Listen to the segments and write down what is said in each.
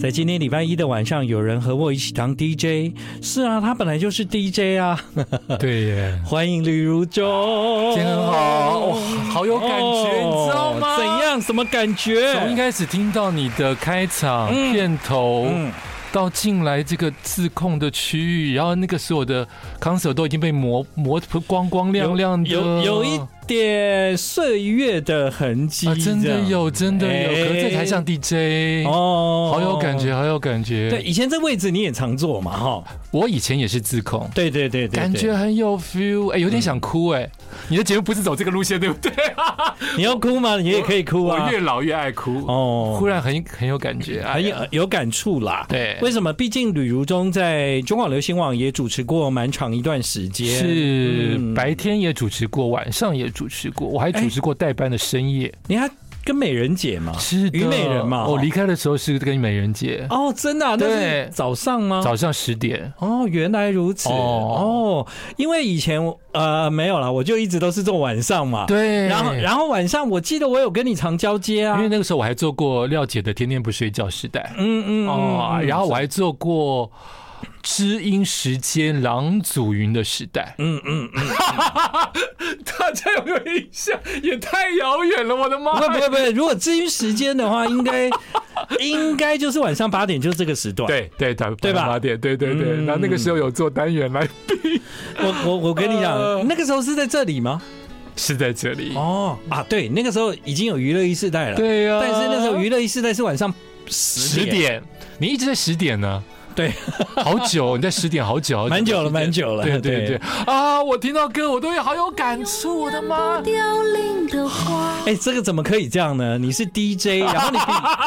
在今天礼拜一的晚上，有人和我一起当 DJ。是啊，他本来就是 DJ 啊。对耶，欢迎吕如中，今天很好，哇，好有感觉，你知道吗？哦怎？样？什么感觉？从一开始听到你的开场、嗯片头，嗯，到进来这个自控的区域，然后那个所有的 concert 都已经被磨磨得光光亮亮的，有有一点岁月的痕迹、啊，真这的样有，真的有，哎可是这才像 DJ，哦好有感觉，。好有感觉。对，，以前这位置你也常坐嘛，哈。我以前也是自控。对对对对嗯对，感觉很有 feel，哎、有点想哭哎、你的节目不是走这个路线，对不对？你要哭吗？你也可以哭啊 我。越老越爱哭，哦忽然很很有感觉，哎很有呀，有感触啦。对为什么？毕竟吕如中在中广流行网也主持过蛮长一段时间，是、嗯哎白天也主持过，晚上也主持过，我还主持过代班的深夜，你看跟美人姐嘛，是的哦虞美啊人嘛，我离开的时候是跟美人姐，哦，真的、啊，那对是早上吗？早上十点，哦，原来如此哦哦因为以前呃没有啦，我就一直都是做晚上嘛。。对，然后，然后晚上我记得我有跟你常交接啊因。为那个时候我还做过廖姐的《天天不睡觉》时代，嗯嗯哦，嗯然后我还做过知音时间郎祖云的时代，嗯嗯，嗯 大家有没有印象？也太遥远了，我的不妈会不会不会，如果至于时间的话，应 该应该就是晚上八点，就是这个时段。，对对对对吧八点，对对对。嗯然后那个时候有做单元来，我我我跟你呃讲，那个时候是在这里吗？是在这里。哦啊，对，那个时候已经有娱乐一世代了。对呀、但是那时候娱乐一世代是晚上十十点，你一直在十点呢， 对，好 久，你在十点好久，好蛮久了，蛮久。久了。对对对，啊！我听到歌，我都有好有感触，我的妈！凋零的花。哎、这个怎么可以这样呢？你是 DJ，然后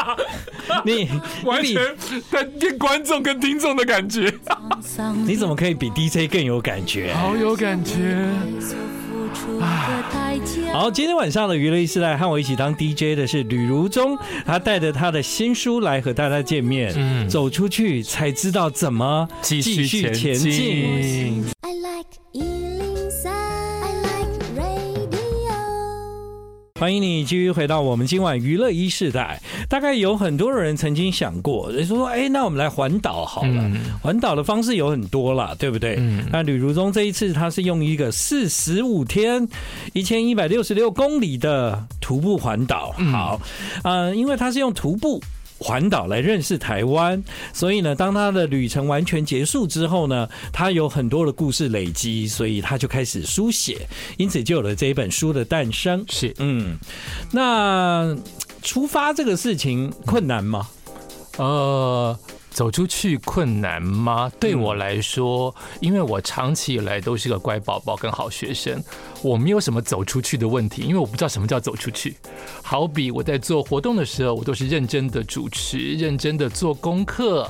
你比你完你比全在变观众跟听众的感觉， 你怎么可以比 DJ 更有感觉？好有感觉。好，今天晚上的娱乐一时代和我一起当 DJ 的是吕如中，他带着他的新书来和大家见面。嗯走出去才知道怎么继续前进。 I like 103. I like radio. 欢迎你继续回到我们今晚娱乐一世代。大概有很多人曾经想过，人说：“哎，那我们来环岛好了。嗯环岛的方式有很多啦，对不对？嗯那吕如中这一次他是用一个四十五天、一千一百六十六公里的徒步环岛。好，嗯、因为他是用徒步。环岛来认识台湾，所以呢，当他的旅程完全结束之后呢，他有很多的故事累积，所以他就开始书写，因此就有了这一本书的诞生。是嗯，那嘖出发这个事情困难吗？呃，走出去困难吗？对嗯我来说，因为我长期以来都是个乖宝宝跟好学生，我没有什么走出去的问题，因为我不知道什么叫走出去。好比我在做活动的时候，我都是认真的主持，认真的做功课，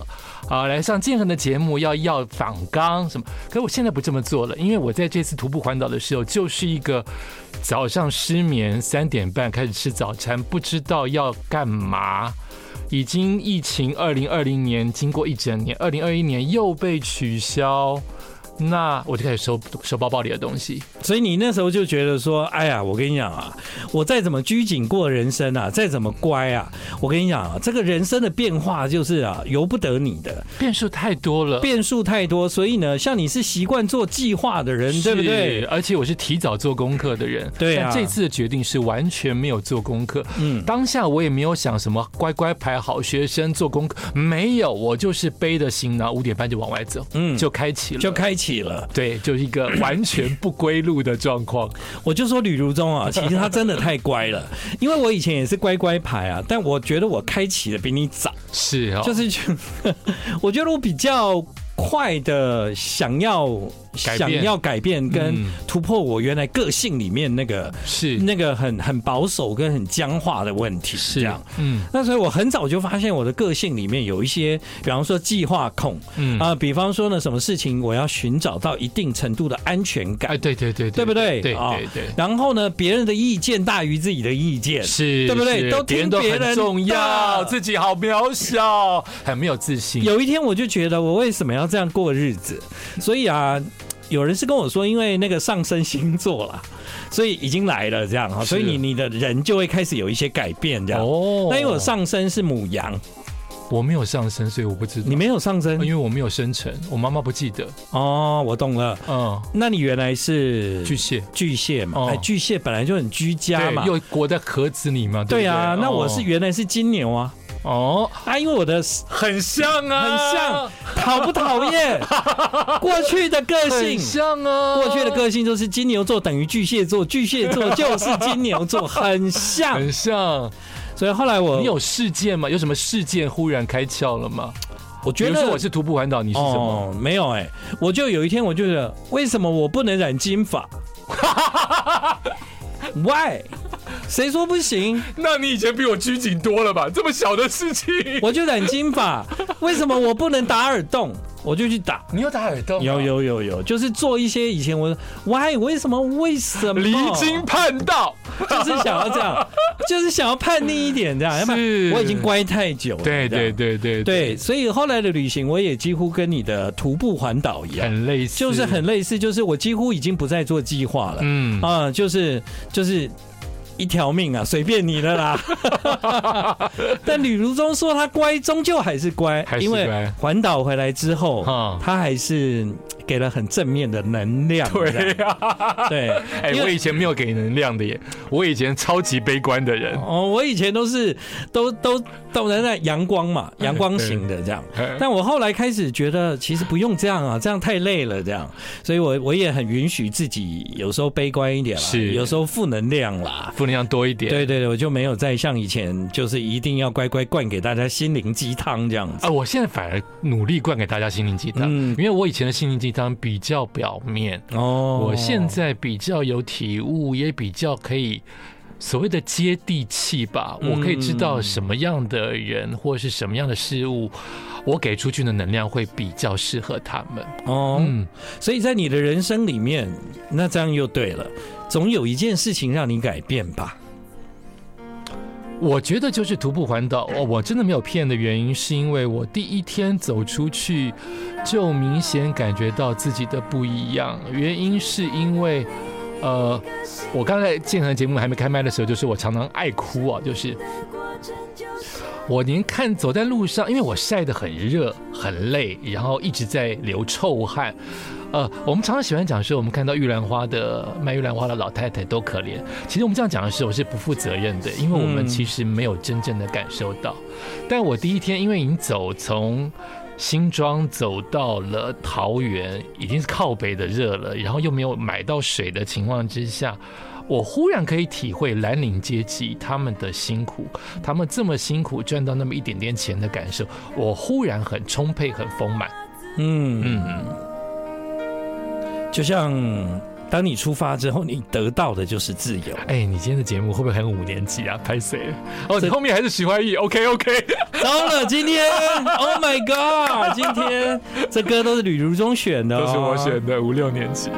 啊、来啊上建恒的节目要要访纲什么。可我现在不这么做了，因为我在这次徒步环岛的时候，就是一个早上失眠，三点半开始吃早餐，不知道要干嘛。已经疫情二零二零年经过一整年，二零二一年又被取消，那我就开始收收包包里的东西。所以你那时候就觉得说，哎呀，我跟你讲啊，我再怎么拘谨过人生啊，再怎么乖啊，我跟你讲啊，这个人生的变化就是啊，由不得你的变数太多了，变数太多。所以呢，像你是习惯做计划的人，是嗯对不对？而且我是提早做功课的人，对啊但这次的决定是完全没有做功课，嗯当下我也没有想什么乖乖牌好学生做功课，没有，我就是背着行囊五点半就往外走，嗯，就就开启了，就开启了。对，就是一个完全不归路的状况。我就说吕如中啊，其实他真的太乖了，因为我以前也是乖乖牌啊，但我觉得我开启的比你早。是哦，就是觉得 我觉得我比较快的想要改变想要改变跟嗯突破我原来个性里面那个、是那个很很保守跟很僵化的问题，是这样。嗯那所以我很早就发现我的个性里面有一些，比方说计划控嗯啊、比方说呢什么事情我要寻找到一定程度的安全感，哎，对对对，对不对？对啊对对，然后呢，别人的意见大于自己的意见，是，对不对是都别人听都别很人重要，的自己好渺小，很没有自信。 有一天我就觉得我为什么要这样过日子？所以啊，有人是跟我说，因为那个上升星座啦，所以已经来了这样哈，是所以你你的人就会开始有一些改变这样。哦那因为我上升是母羊，我没有上升，所以我不知道。你没有上因升为我没有生辰，我妈妈不记得。哦，我懂了。嗯，那你原来是巨蟹巨蟹嘛？哦哎，巨蟹本来就很居家对，嘛。又活在壳子里嘛。对不啊，那我哦是原来是金牛啊哦，啊，因为我的很像啊，很像，讨不讨 厌？过去的个很性，像啊，过去的个性就是金牛座等于巨蟹座，巨蟹座就是金牛座，很像。 很哦像。所以后来我你有事件吗？有什么事件忽然开窍了吗？我觉比如得说我是徒步环岛，你是什么？哦，没有哎、我就有一天我就觉得，为什么我不能染金发 ？Why？谁说不行？那你以前比我拘谨多了吧？这么小的事情，我就染金发，为什么我不能打耳洞？我就去打。你有打耳洞？有。有有有，就是做一些以前我 why 为什么为什么离经叛道，就是想要这样，就是想要叛逆一点这样，要不然是我已经乖太久了。对这样对对对对，所以后来的旅行我也几乎跟你的徒步环岛一样，很类似，就是很类似，就是我几乎已经不再做计划了。嗯，啊，就是就是一条命啊，随便你的啦。 但吕如中说他乖，终究还是乖，还是因为乖环岛回来之后，哈他还是给了很正面的能量。对呀。对，哎，因我为以前没有给能量的耶，我以前超级悲观的人。哦，我以前都是都都都在那阳光嘛，哎阳光型的这样。 但我后来开始觉得，其实不用这样啊，这样太累了，这样，所以我我也很允许自己有时候悲观一点啦，是有时候负能量啦，负能量多一点。对对对，我就没有再像以前，就是一定要乖乖灌给大家心灵鸡汤这样子。啊，我现在反而努力灌给大家心灵鸡汤，嗯因为我以前的心灵鸡汤比较表面，哦我现在比较有体悟，也比较可以。所谓的接地气吧，嗯我可以知道什么样的人或是什么样的事物，我给出去的能量会比较适合他们。哦，嗯，所以在你的人生里面，那这样又对了，总有一件事情让你改变吧。我觉得就是徒步环岛，我哦我真的没有骗的原因，是因为我第一天走出去，就明显感觉到自己的不一样。原因是因为，呃，我刚才建恒节目还没开麦的时候，就是我常常爱哭啊，就是我连看走在路上，因为我晒得很热很累，然后一直在流臭汗。呃，我们常常喜欢讲说，我们看到玉兰花的卖玉兰花的老太太多可怜。其实我们这样讲的时候是不负责任的，因为我嗯们其实没有真正的感受到。但我第一天因为已经走从新庄走到了桃园，已经是靠北的热了，然后又没有买到水的情况之下，我忽然可以体会蓝领阶级他们的辛苦，他们这么辛苦赚到那么一点点钱的感受，我忽然很充沛，很丰满。嗯，嗯，就像当你出发之后，你得到的就是自由。哎、你今天的节目会不会很五年级啊？拍谁？哦，这你后面还是徐怀义？OK OK，糟了，今天，Oh my God，今天这歌都是吕如中选的、哦，都是我选的五六年级。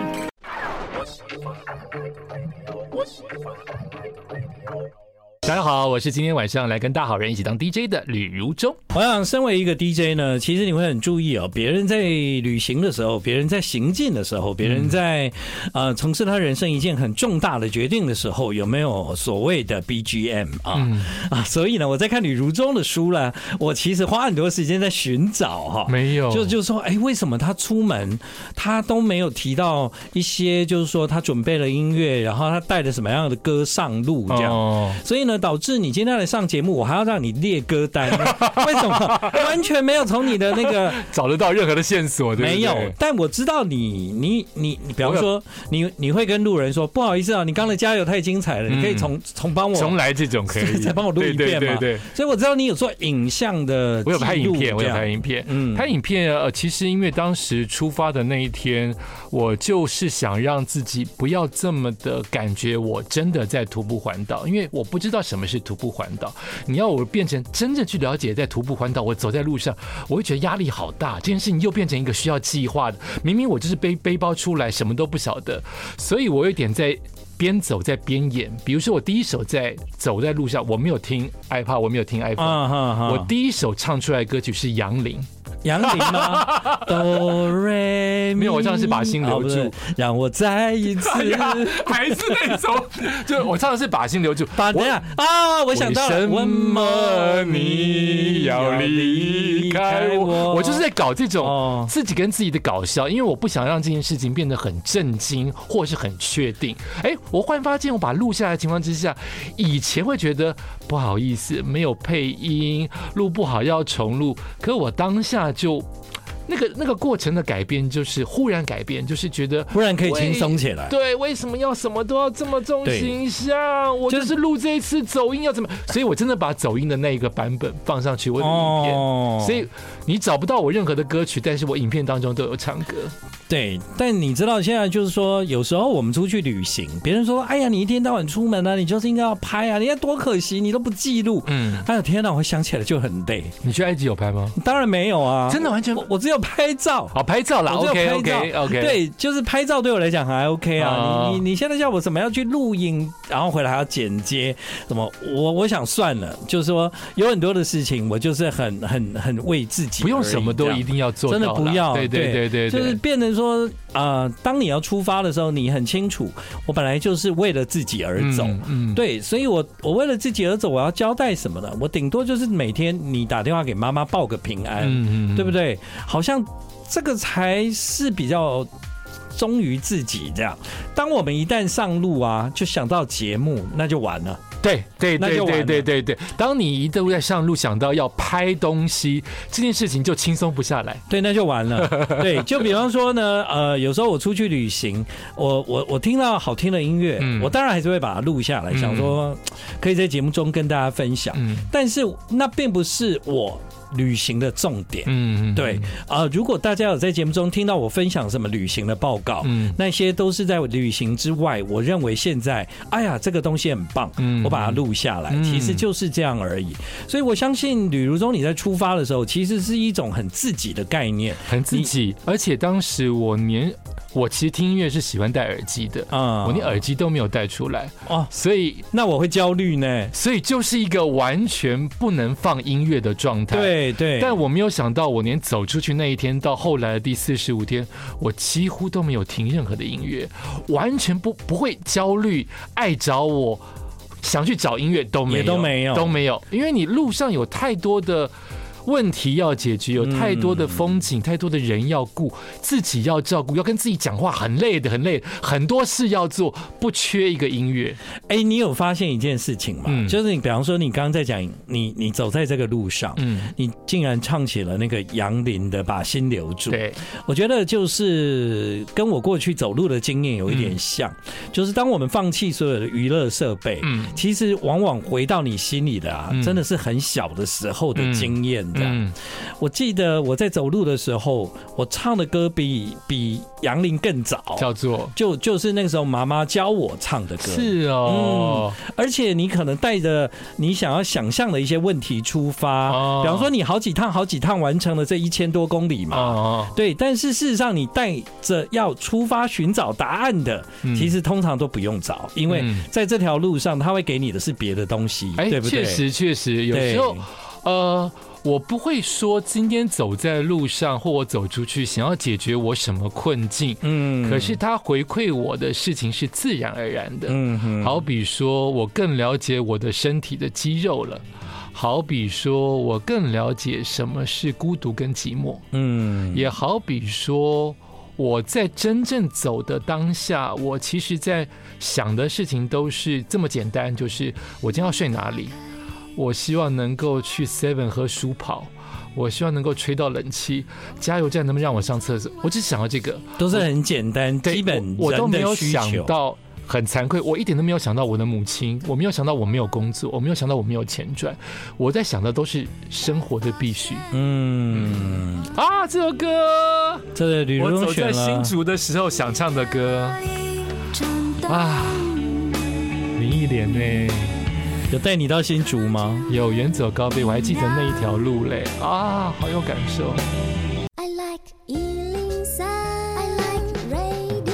大家好，我是今天晚上来跟大好人一起当 DJ 的吕如中。我想，身为一个 DJ 呢，其实你会很注意哦，别人在旅行的时候，别人在行进的时嗯候，别人在、呃从事他人生一件很重大的决定的时候，有没有所谓的 BGM 啊、嗯啊？所以呢，我在看吕如中的书呢，我其实花很多时间在寻找哈、没有就就是说，哎、为什么他出门他都没有提到一些，就是说他准备了音乐，然后他带了什么样的歌上路这样？哦，所以呢，导致你今天来上节目，我还要让你列歌 单，为什么？完全没有从你的那个找得到任何的线索，对不对没有，但我知道你，你，你，你，比方我有说，你你会跟路人说，不好意思啊，你刚才加油太精彩了，你可以嗯重重帮重我。来这种 可以，再帮我录一遍嘛对对对对，所以我知道你有做影像的，我有拍影片，我有拍，影片。嗯拍影片，呃，其实因为当时出发的那一天，我就是想让自己不要这么的感觉，我真的在徒步环岛，因为我不知道什么是徒步环岛。你要我变成真正去了解，在徒步环岛，我走在路上，我会觉得压力好大。这件事情又变成一个需要计划的，明明我就是背背包出来，什么都不晓得，所以我有点在。边走在边演，比如说我第一首在走在路上，我没有听 iPad，我没有听 iPhone，、啊哈哈，我第一首唱出来的歌曲是杨林，杨林 吗？哆瑞咪没有我这样是把心留住，哎哦不是让我再一次 还是那首， 就我唱的是把心留住。把等一我下啊，我想到为了，什么你要离开我？我就是在搞这哦种自己跟自己的搞笑，因为我不想让这件事情变得很震惊或是很确定。哎，我忽然发现，我把录下来的情况之下，以前会觉得不好意思，没有配音，录不好要重录，可我当下就。那个那个过程的改变，就是忽然改变，就是觉得不然可以轻松起来。对，为什么要什么都要这么重对形象？我就就是是录这一次走音要怎么？所以我真的把走音的那一个版本放上去我的影片。哦所以你找不到我任何的歌曲，但是我影片当中都有唱歌。对，但你知道现在就是说，有时候我们出去旅行，别人说：“哎呀，你一天到晚出门啊，你就是应该要拍啊，你看多可惜，你都不记录。”嗯，哎呀，天哪，我想起来就很累。你去埃及有拍吗？哦当然没有啊，真的完全我我只有拍照。好拍照啦我只有，OK 拍 OK 照 OK，，对，就是拍照对我来讲还 OK 啊。哦你你你现在叫我什么要去录影，然后回来还要剪接，什么我我想算了，就是说有很多的事情，我就是很很很为自己而已，不用什么这都样一定要做到真啦，的不要，对对对对，就是对变成说，呃，当你要出发的时候，你很清楚，我本来就是为了自己而走。，嗯，对，所以我我为了自己而走，我要交代什么呢？我顶多就是每天你打电话给妈妈报个平安，嗯对不？对？好像这个才是比较忠于自己这样。当我们一旦上路啊，就想到节目，那就完了。对对那就对完了对对对对，当你一路在上路想到要拍东西这件事情，就轻松不下来。对，那就完了。 对，就比方说呢，呃，有时候我出去旅行，我我我听到好听的音乐，嗯我当然还是会把它录下来，嗯想说可以在节目中跟大家分享。嗯但是那并不是我旅行的重点。嗯，嗯对，，啊、如果大家有在节目中听到我分享什么旅行的报告，嗯那些都是在旅行之外，我认为现在，哎呀，这个东西很棒，嗯我把它录下来，嗯其实就是这样而已。所以我相信旅途中你在出发的时候，其实是一种很自己的概念，很自你己。而且当时我年，我其实听音乐是喜欢戴耳机的，啊、我连耳机都没有戴出来，哦，所以那我会焦虑呢。所以就是一个完全不能放音乐的状态。。对对，但我没有想到，我连走出去那一天到后来的第四十五天，我几乎都没有听任何的音乐，完全不不会焦虑，爱找我想去找音乐都没有，也都没有都没有，因为你路上有太多的。问题要解决，有太多的风景，太多的人要顾，自己要照顾，要跟自己讲话，很累的，很累，很多事要做，不缺一个音乐。哎、你有发现一件事情吗？嗯就是你，比方说你刚刚在讲，你你走在这个路上，嗯，你竟然唱起了那个杨林的《把心留住》。对，我觉得就是跟我过去走路的经验有一点像，就是当我们放弃所有的娱乐设备，嗯其实往往回到你心里的啊，嗯真的是很小的时候的经验这样。嗯，我记得我在走路的时候，我唱的歌比比杨林更早。叫做就就是那个时候，妈妈教我唱的歌，是哦，而且你可能带着你想要想象的一些问题出发，哦比方说你好几趟好几趟完成了这一千多公里嘛，哦，对，但是事实上，你带着要出发寻找答案的，嗯其实通常都不用找，因为嗯在这条路上，他会给你的是别的东西，哎，对不对？确实确实，有时候对呃，我不会说今天走在路上或我走出去想要解决我什么困境，嗯可是它回馈我的事情是自然而然的。嗯哼好比说，我更了解我的身体的肌肉了。好比说，我更了解什么是孤独跟寂寞，嗯也好比说，我在真正走的当下，我其实在想的事情都是这么简单，就是我今天要睡哪里，我希望能够去 Seven 喝舒跑。我希望能够吹到冷气，加油站能不能让我上厕所？我只想到这个，都是很简单，对基本我我都人没的有需想求。到，很惭愧，我一点都没有想到我的母亲，我没有想到我没有工作，我没有想到我没有钱赚，我在想的都是生活的必须嗯，啊！这首歌，这个吕我如走中选在新了。竹的时候想唱的歌，啊啊，林忆莲呢？有带你到新竹吗？有远走高飞，我还记得那一条路嘞，啊，好有感受。 I like 103. I like radio.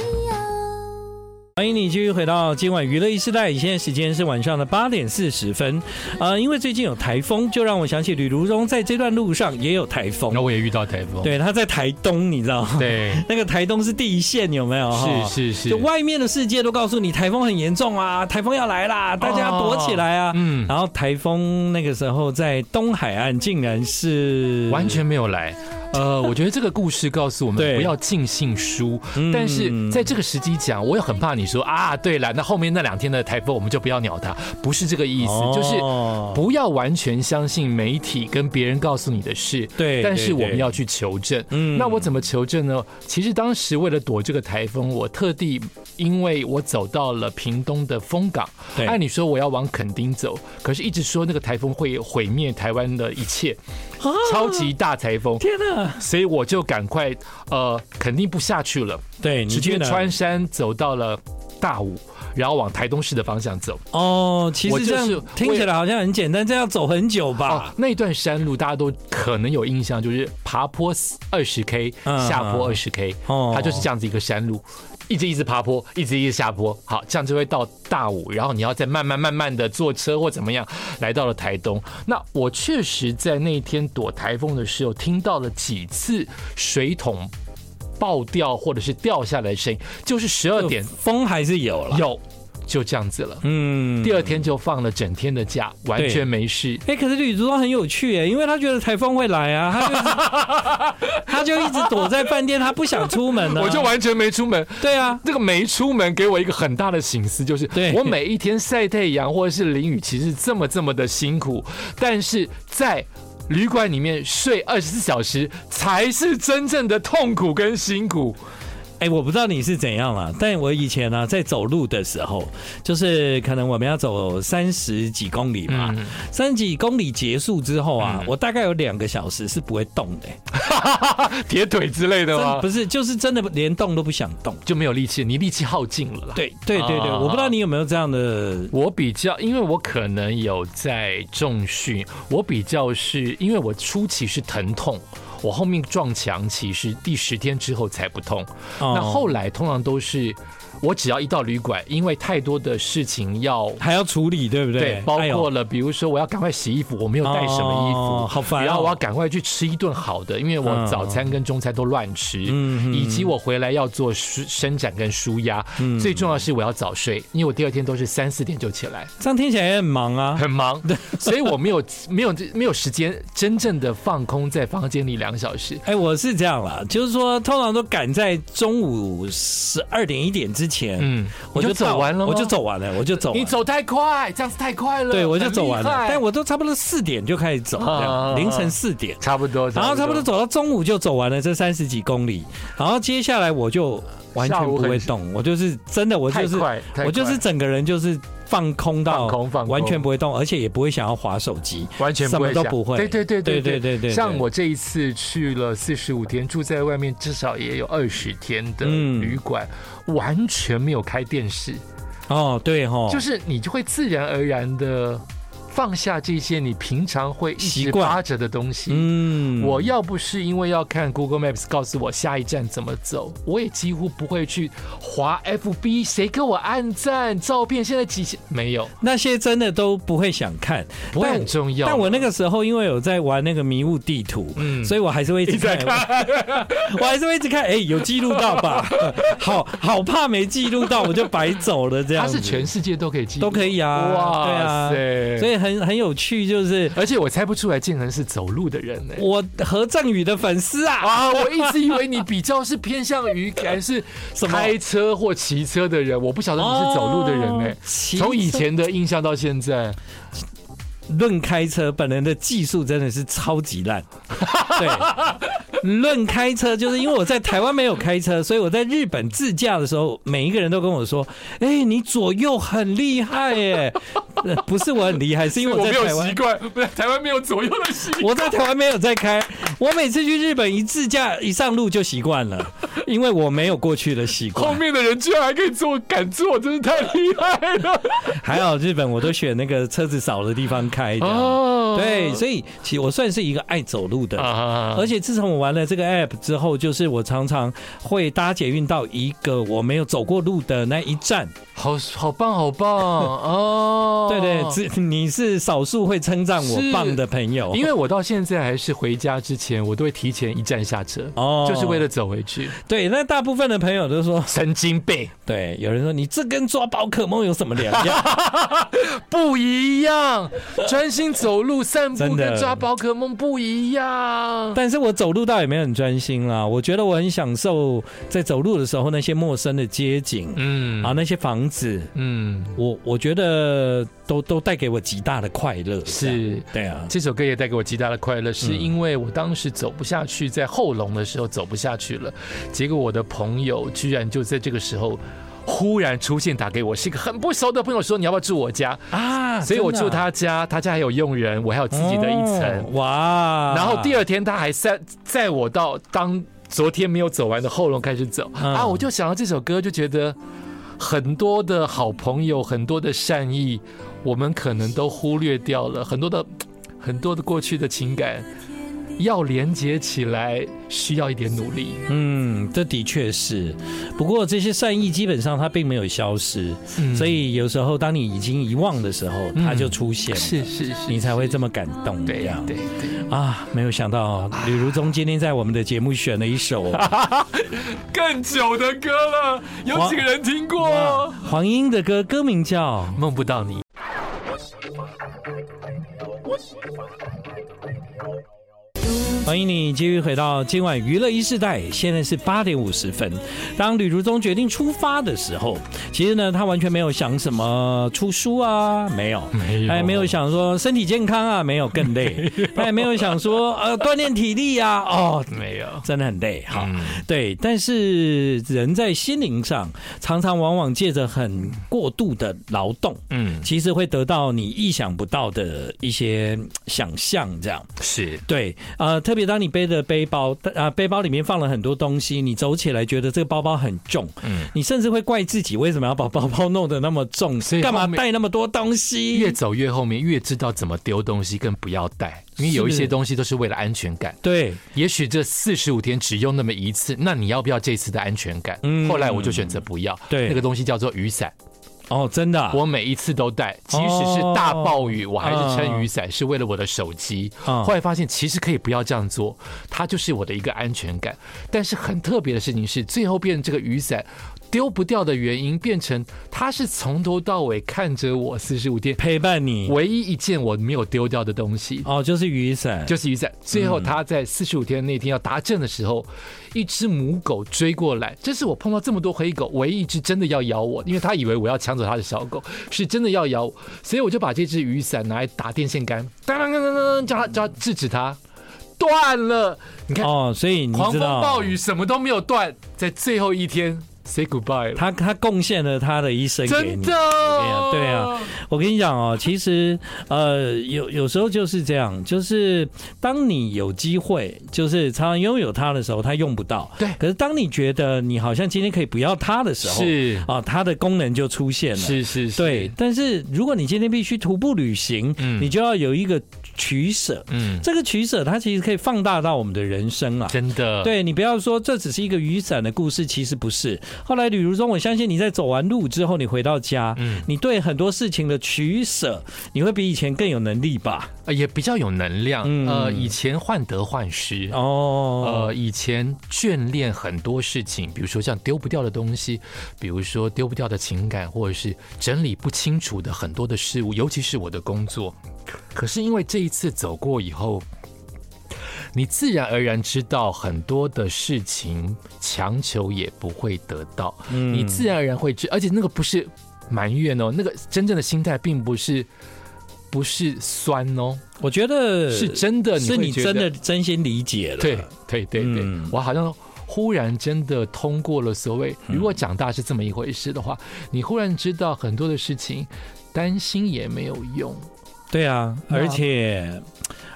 欢欢迎你继续回到今晚娱乐一时代，现在时间是晚上的八点四十分。呃，因为最近有台风，就让我想起吕如中在这段路上也有台风然后。我也遇到台风，对，他在台东，你知道吗？对，那个台东是第一线，有没有？哈是是是，就外面的世界都告诉你台风很严重啊，台风要来啦，大家躲起来啊。嗯，然后台风那个时候在东海岸竟然是完全没有来。呃，我觉得这个故事告诉我们对不要尽信书，嗯但是在这个时机讲，我也很怕你说啊，对了，那后面那两天的台风我们就不要鸟它，不是这个意思，就是哦不要完全相信媒体跟别人告诉你的事，对但是对我对们要去求证。嗯那我怎么求证呢？其实当时为了躲这个台风，我特地因为我走到了屏东的风港，对按理说我要往垦丁走，可是一直说那个台风会毁灭台湾的一切，啊超级大台风，天哪！所以我就赶快呃，垦丁不下去了，对，你直接去哪穿山走到了大武，然后往台东市的方向走。哦，其我实就这是样听起来好像很简单，这要走很久哦吧？，那段山路大家都可能有印象，就是爬坡二十 K，嗯下坡二十 K，哦它就是这样子一个山路，一直一直爬坡，一直一直下坡，好，这样就会到大武，然后你要再慢慢慢慢的坐车或怎么样，来到了台东。那我确实在那一天躲台风的时候，听到了几次水桶爆掉或者是掉下来的声音，就是十二点风还是有了，有，就这样子了。嗯，第二天就放了整天的假，完对全没事，哎、可是吕竹东很有趣哎、因为他觉得台风会来啊，他就一 直他就一直躲在饭店，他不想出门呢、我就完全没出门。对啊，这个没出门给我一个很大的醒思，就是对我每一天晒太阳或者是淋雨，其实这么这么的辛苦，但是在旅馆里面睡二十四小时才是真正的痛苦跟辛苦。哎、我不知道你是怎样啦，但我以前呢、啊在走路的时候，就是可能我们要走三十几公里嘛，三十几公里结束之后啊，我大概有两个小时是不会动的、欸，铁腿之类的真吗不？是，就是真的连动都不想动。啊就没有力气，你力气耗尽了啦。对对对对，啊我不知道你有没有这样的我比较，因为我可能有在重训，我比较是因为我初期是疼痛，我后面撞墙期是第十天之后才不痛。哦那后来通常都是我只要一到旅馆，因为太多的事情要。还要处理，对不对？对，包哎呦括了，比如说我要赶快洗衣服，我没有带什么衣服，哦好烦哦然后我要赶快去吃一顿好的，因为我嗯早餐跟中餐都乱吃，嗯嗯以及我回来要做舒伸展跟舒压。嗯最重要的是我要早睡，因为我第二天都是三四点就起来，这样听起来也很忙 啊。 很忙，所以我没有没有没有时间真正的放空在房间里两个小时。哎、我是这样啦，就是说，通常都赶在中午十二点一点之前，嗯，我你就就走到完了吗我就走完了，我就走完了，你走太快，这样子太快了。对，我就很走完厉了害，但我都差不多四点就开始走，啊这啊样啊凌晨四点，差不多，然后差不多走到中午就走完了这三十几公里，然后接下来我就完全下午不很会动，我就是真的我太就是快，太快我就是整个人就是放空到放空放空完全不会动，而且也不会想要划手机，完全不会什么想都不会对对对对对对对像对我这一次去了四十五天，住在外面至少也有二十天的嗯旅馆，完全没有开电视，哦，对吼，就是你就会自然而然的放下这些你平常会一习直惯扒着的东西。嗯我要不是因为要看 Google Maps 告诉我下一站怎么走，我也几乎不会去划 FB，谁给我按赞照片？现在几千没有，那些真的都不会想看，不会但很重要但我那个时候因为有在玩那个迷雾地图，嗯所以我还是会一直你在看，看 我还是会一直看，哎、有记录到吧？ 好好怕没记录到，我就白走了这样它子。是全世界都可以记录，都可以啊，哇对啊，塞所以很很有趣，就是而且我猜不出来建恒是走路的人呢、我何振宇的粉丝啊，啊，我一直以为你比较是偏向于还是什么开车或骑车的人，我不晓得你是走路的人呢、哦骑从以车前的印象到现在，论开车，本人的技术真的是超级 烂。对，论开车就是因为我在台湾没有开车，所以我在日本自驾的时候，每一个人都跟我说：“哎、你左右很厉害耶！” 呃不是我很厉害，是因为我在没有台习湾。惯，不是台湾没有左右的习惯。 我在台湾没有在开，我每次去日本一自驾一上路就习惯 了，因为我没有过去的习后惯。面的人居然还可以做，敢做，真是太厉害了！还好日本我都选那个车子少的地方开的。 哦哦对，所以其实我算是一个爱走路的人。 啊而且自从我玩了这个 app 之后，就是我常常会搭捷运到一个我没有走过路的那一站。好好棒，好棒哦！对对，只你是少数会称赞我是棒的朋友， 因为我到现在还是回家之前，我都会提前一站下车，哦就是为了走回去。对。那大部分的朋友都说，神经病，对，有人说你这跟抓宝可梦有什么两样？不一样，专心走路散步真的跟抓宝可梦不一样。 但是我走路倒也没有很专心啦，我觉得我很享受在走路的时候那些陌生的街景。嗯啊，那些房子，嗯，我我觉得都都带给我极大的快乐。这样，是。对啊，这首歌也带给我极大的快乐，嗯是因为我当时走不下去，在后龙的时候走不下去了，结果我的朋友居然就在这个时候忽然出现打给我，是一个很不熟的朋友说你要不要住我家，啊，所以我真住的啊他家，他家还有佣人，我还有自己的一层哦，哇。然后第二二天他还载载我到当昨天没有走完的后龙开始走、嗯啊，我就想到这首歌，就觉得很多的好朋友，很多的善意，我们可能都忽略掉了很多的很多的过去的情感，要连接起来需要一点努力。嗯，这的确是，不过这些善意基本上它并没有消失，嗯所以有时候当你已经遗忘的时候，它就出现了，嗯是是是，你才会这么感动。对这样对对，啊，没有想到吕如中今天在我们的节目选了一首更久的歌了，有哇几个人听过哇？黄英的歌，歌名叫梦不到你。欢迎你继续回到今晚娱乐一世代，现在是八点五十分。当吕如中决定出发的时候，其实呢，他完全没有想什么出书啊，没有，没有他也没有想说身体健康啊，没有，更 累，他也没有想说呃锻炼体力啊，哦，没有，真的很累哈。嗯对，但是人在心灵上常常往往借着很过度的劳动，嗯，其实会得到你意想不到的一些嗯想象，这样。是，对，呃，特别当你背着背包，啊、背包里面放了很多东西，你走起来觉得这个包包很重，嗯，你甚至会怪自己为什么要把包包弄得那么重所，以干嘛后面带那么多东西？越走越后面，越知道怎么丢东西，更不要带，因为有一些东西都是为了安全感。对，也许这四十五天只用那么一次，那你要不要这次的安全感？嗯后来我就选择不要。对那个东西叫做雨伞，哦，真的啊、我每一次都带，即使哦是大暴雨，我还是撑雨伞，是为了我的手机。嗯后来发现其实可以不要这样做，它就是我的一个安全感。但是很特别的事情是，最后变成这个雨伞。丢不掉的原因变成，它是从头到尾看着我四十五天，陪伴你，唯一一件我没有丢掉的东西。哦，就是雨伞，就是雨伞。最后，他在四十五天那天要达阵的时候，一只母狗追过来，这是我碰到这么多黑狗唯一一只真的要咬我，因为它以为我要抢走它的小狗，是真的要咬我，所以我就把这只雨伞拿来打电线杆，当当当当当，叫它叫它制止它，断了。你看，哦，所以你狂知风道，暴雨什么都没有断，在最后一天 say goodbye 了，他他贡献了他的一生给真你。的啊，对啊，我跟你讲哦，其实呃，有有时候就是这样，就是当你有机会，就是常常拥有它的时候，它用不到。对可是当你觉得你好像今天可以不要它的时候，是啊，它的功能就出现了。是是是，对，，但是如果你今天必须徒步旅行，嗯你就要有一个取舍。嗯，这个取舍，它其实可以放大到我们的人生啊。真的，，对你不要说这只是一个雨伞的故事，其实不是。后来吕如中，我相信你在走完路之后，你回到家，嗯你对很多事情的取舍，你会比以前更有能力吧？呃也比较有能量，嗯呃，以前患得患失，哦，呃，以前眷恋很多事情，比如说像丢不掉的东西，比如说丢不掉的情感，或者是整理不清楚的很多的事物，尤其是我的工作。可是因为这一次走过以后，你自然而然知道很多的事情强求也不会得到，呃嗯你自然而然会知，而且那个不是埋怨哦，那个真正的心态并不是不是酸哦，我觉得是真的你呃是会你觉真得的真心理解了。对对对对，嗯我好像忽然真的通过了所谓，嗯如果长大是这么一回事的话，你忽然知道很多的事情，担心也没有用，对啊，那而且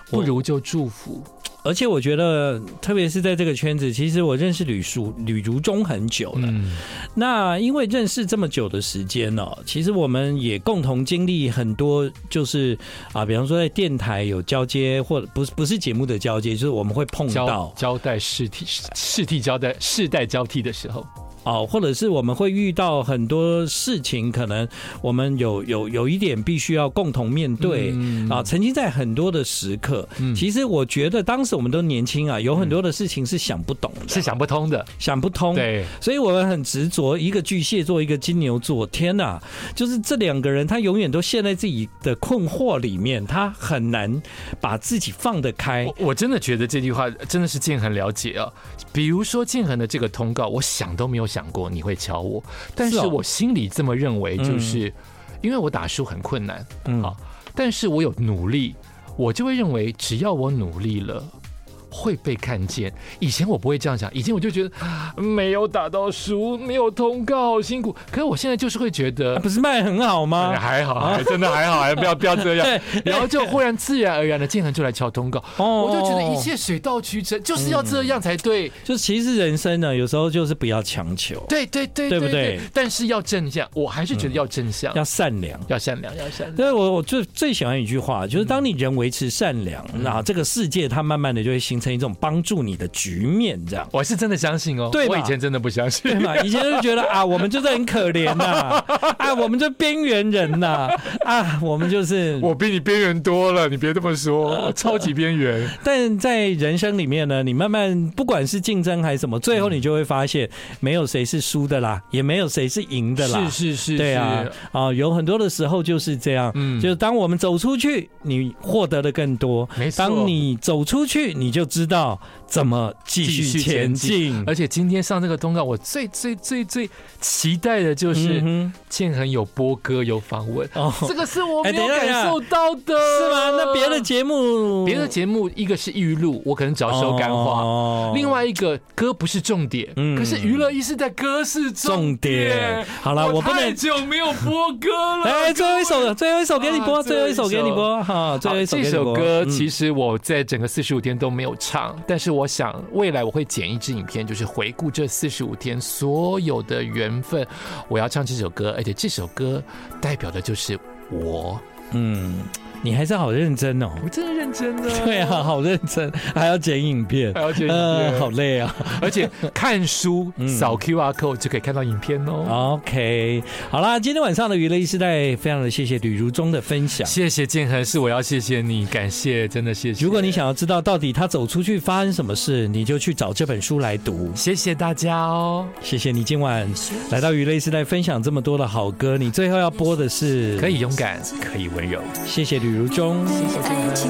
不如就祝福。而且我觉得，特别是在这个圈子，其实我认识吕叔、吕如中很久了。嗯，那因为认识这么久的时间哦，其实我们也共同经历很多，就是啊，比方说在电台有交接，或者不是不是节目的交接，就是我们会碰交到交代世替世替交代世代交替的时候，哦，或者是我们会遇到很多事情，可能我们有有有一点必须要共同面对。嗯啊，曾经在很多的时刻，嗯其实我觉得当时我们都年轻啊，有很多的事情是想不懂的，是想不通的，想不通。对，所以我们很执着，一个巨蟹座，一个金牛座。天哪，就是这两个人，他永远都陷在自己的困惑里面，他很难把自己放得开。哎我我真的觉得这句话真的是建恒了解啊。比如说建恒的这个通告，我想都没有想过你会敲我，但是是哦我心里这么认为，就嗯是因为我打输很困难，嗯好，但是我有努力，我就会认为只要我努力了。会被看见。以前我不会这样想，以前我就觉得啊没有打到书，没有通告，好辛苦。可是我现在就是会觉得哎啊，不是卖很好吗？还好，还真的还好，哎还不要不要 这样。对然后就忽然自然而然的，建恒就来敲通告，哦嗯我就觉得一切水到渠成，就是要这样才对。就其实人生呢，有时候就是不要强求，对对对对不对对？嗯但是要正向，我还是觉得要正向，要善良。要善良，要善良。因为我我最最喜欢一句话，就是当你人维持善良，那这个世界它慢慢的就会形成一种帮助你的局面，这样。我是真的相信哦，对吧我以前真的不相对信。嘛？哎以前就觉得啊，我们就是很可怜呐、啊，我们就边缘人呐、啊，我们就是。 我比你边缘多了，你别这 么说，我超级边缘。但在人生里面呢，你慢慢不管是竞争还是什么，最后你就会发现，没有谁是输的啦，也没有谁是赢的啦。是是是，对啊是，，啊，有很多的时候就是这样，嗯就是当我们走出去，你获得的更多；没错。当你走出去，你就知道怎么继继续续前前进。而且今天上这个通告，我最最最最期待的就是嗯建恒有播歌有访问，哼，哦，这个是我哎没有等一下感受到的，是吗？那别的节目，别的节目，一个是预录，我可能只要收干话；哦另外一个歌不是重点，嗯可是娱乐一时代歌是重重点点。，好了，我不太能。久没有播歌了。来，最后一首，最后一首给你啊播，最后一首给你播，哈，最好后一首这给你首播歌嗯其实我在整个四十五天都没有唱，但是我想未来我会剪一支影片，就是回顾这四十五天所有的缘分。我要唱这首歌，而且这首歌代表的就是我。嗯，你还是好认真哦。我真的认真的。对啊，，好认真，还要剪影片还，要剪影片呃，好累啊。而且看书 嗯扫 QR code 就可以看到影片哦。 OK，好啦，今天晚上的娱乐一时代，非常的谢谢吕如中的分享。谢谢建恒，是我要谢谢你，感谢，真的谢谢。如果你想要知道到底他走出去发生什么事，你就去找这本书来读。谢谢大家哦，谢谢你今晚来到娱乐一时代分享这么多的好歌，你最后要播的是可以勇敢，可以温柔。谢谢吕如中。爱情。